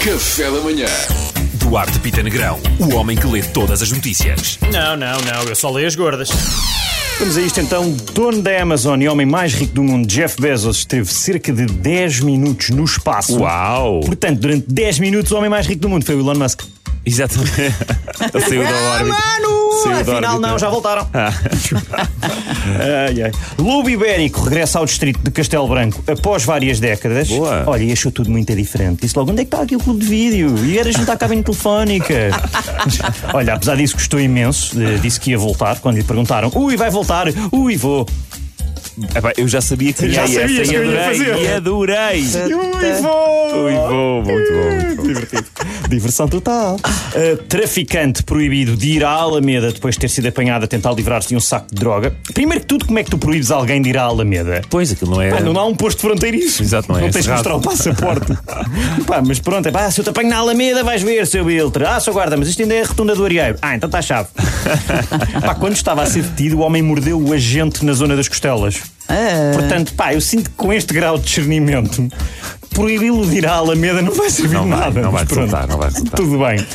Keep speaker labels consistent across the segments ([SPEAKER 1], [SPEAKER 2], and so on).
[SPEAKER 1] Café da Manhã.
[SPEAKER 2] Duarte Pita Negrão, o homem que lê todas as notícias.
[SPEAKER 3] Não, não, não, eu só leio as gordas.
[SPEAKER 4] Vamos a isto então. Dono da Amazon e homem mais rico do mundo, Jeff Bezos, esteve cerca de 10 minutos no espaço.
[SPEAKER 2] Uau!
[SPEAKER 4] Portanto, durante 10 minutos, o homem mais rico do mundo foi o Elon Musk.
[SPEAKER 2] Exatamente. Saiu da órbita. Saiu da
[SPEAKER 4] Afinal,
[SPEAKER 2] órbita.
[SPEAKER 4] não, já voltaram.
[SPEAKER 2] Ah.
[SPEAKER 4] ai, ai. Lobo Ibérico regressa ao distrito de Castelo Branco após várias décadas.
[SPEAKER 2] Boa.
[SPEAKER 4] Olha, e achou tudo muito diferente. Disse logo: onde é que está aqui o clube de vídeo? E era junto à cabine telefónica. Olha, apesar disso, gostou imenso. Eh, Disse que ia voltar quando lhe perguntaram: ui, vai voltar, ui, vou.
[SPEAKER 2] Epá, eu já sabia que tinha
[SPEAKER 4] Já
[SPEAKER 2] essa
[SPEAKER 4] sabias
[SPEAKER 2] e
[SPEAKER 4] que eu ia
[SPEAKER 2] adorei.
[SPEAKER 4] fazer.
[SPEAKER 2] E adorei.
[SPEAKER 4] Ui, vou!
[SPEAKER 2] Ui, bom, muito bom. Muito bom.
[SPEAKER 4] Diversão total. Uh, traficante proibido de ir à Alameda depois de ter sido apanhado a tentar livrar-se de um saco de droga. Primeiro que tudo, como é que tu proíbes alguém de ir à Alameda?
[SPEAKER 2] Pois, aquilo não é.
[SPEAKER 4] Pá, não há um posto fronteiriço.
[SPEAKER 2] Exato, não é
[SPEAKER 4] tens de
[SPEAKER 2] cerrado.
[SPEAKER 4] mostrar o passaporte. Pá, mas pronto, é pá, se eu te apanho na Alameda, vais ver, seu Biltre. Ah, seu guarda, mas isto ainda é a rotunda do Arieiro. Ah, então está a chave. pá, quando estava a ser detido, o homem mordeu o agente na zona das costelas. Portanto, pá, eu sinto que com este grau de discernimento, proibi-lo de ir à Alameda não vai servir
[SPEAKER 2] Não
[SPEAKER 4] de
[SPEAKER 2] vai,
[SPEAKER 4] nada.
[SPEAKER 2] não vai
[SPEAKER 4] Mas pronto,
[SPEAKER 2] resultar, não vai resultar.
[SPEAKER 4] Tudo bem.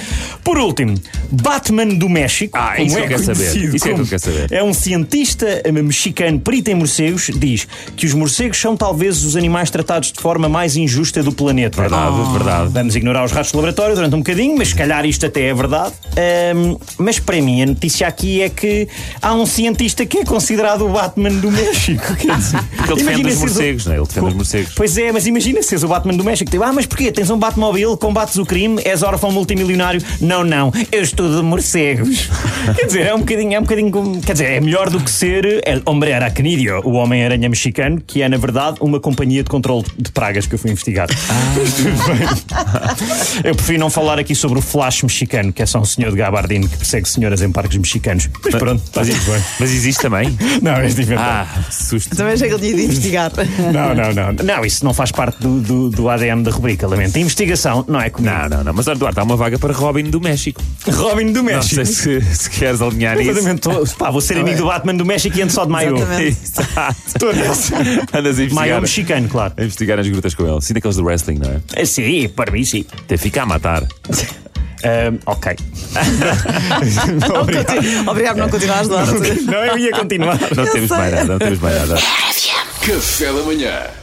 [SPEAKER 4] Por último, Batman do México.
[SPEAKER 2] Ah,
[SPEAKER 4] como
[SPEAKER 2] isso
[SPEAKER 4] é
[SPEAKER 2] eu quero saber. Isso
[SPEAKER 4] conhecido
[SPEAKER 2] é que eu
[SPEAKER 4] como-
[SPEAKER 2] quero saber.
[SPEAKER 4] é um cientista mexicano perito em morcegos, diz que os morcegos são talvez os animais tratados de forma mais injusta do planeta. Ah.
[SPEAKER 2] Verdade, verdade.
[SPEAKER 4] Vamos ignorar os ratos de laboratório durante um bocadinho, mas se calhar isto até é verdade. Ahm, mas para mim, a notícia aqui é que há um cientista que é considerado o Batman do México. Quer dizer,
[SPEAKER 2] Porque ele defende
[SPEAKER 4] imagina
[SPEAKER 2] os
[SPEAKER 4] seres o-
[SPEAKER 2] morcegos, não é? Ele defende os morcegos.
[SPEAKER 4] Pois é, mas imagina seres o Batman do México. Tipo, ah, mas porquê? Tens um Batmobile, combates o crime, és órfão multimilionário. Não, não, eu estudo morcegos. quer dizer, é um bocadinho, é um bocadinho como. Quer dizer, é melhor do que ser El Hombre Aracnídeo, o Homem-Aranha Mexicano, que é, na verdade, uma companhia de controle de pragas que eu fui investigar. Mas tudo bem. Ah. Eu prefiro não falar aqui sobre o Flash mexicano, que é só um senhor de gabardino que persegue senhoras em parques mexicanos. Mas pronto, está tudo bem.
[SPEAKER 2] Mas existe também.
[SPEAKER 4] Não, é diferente.
[SPEAKER 2] Ah, susto.
[SPEAKER 5] Também achei é que ele tinha de investigar.
[SPEAKER 4] Não, não, não. Não, isso não faz parte do, do, do ADN da rubrica, lamento. A investigação não é comigo.
[SPEAKER 2] Não, não, não. Mas, olha, Duarte, há uma vaga para Robin do México.
[SPEAKER 4] Robin do
[SPEAKER 2] Não sei se, se queres alinhar isso.
[SPEAKER 4] Exatamente. Tô- Pá, vou ser amigo do Batman do México e ando só de maio.
[SPEAKER 5] Exatamente.
[SPEAKER 2] Exato.
[SPEAKER 4] Tô nessa.
[SPEAKER 2] Andas a
[SPEAKER 4] Maio
[SPEAKER 2] investigar.
[SPEAKER 4] mexicano, claro.
[SPEAKER 2] A investigar as grutas com ele. Sim, daqueles do wrestling, não é?
[SPEAKER 4] Ah, Sim, para mim sim.
[SPEAKER 2] Até fica a matar.
[SPEAKER 4] Ahm, ok.
[SPEAKER 5] Não continu- Obrigado por não continuares, Duarte.
[SPEAKER 4] Não, eu ia continuar.
[SPEAKER 2] Não temos mais nada, não temos mais nada.
[SPEAKER 1] Café da Manhã.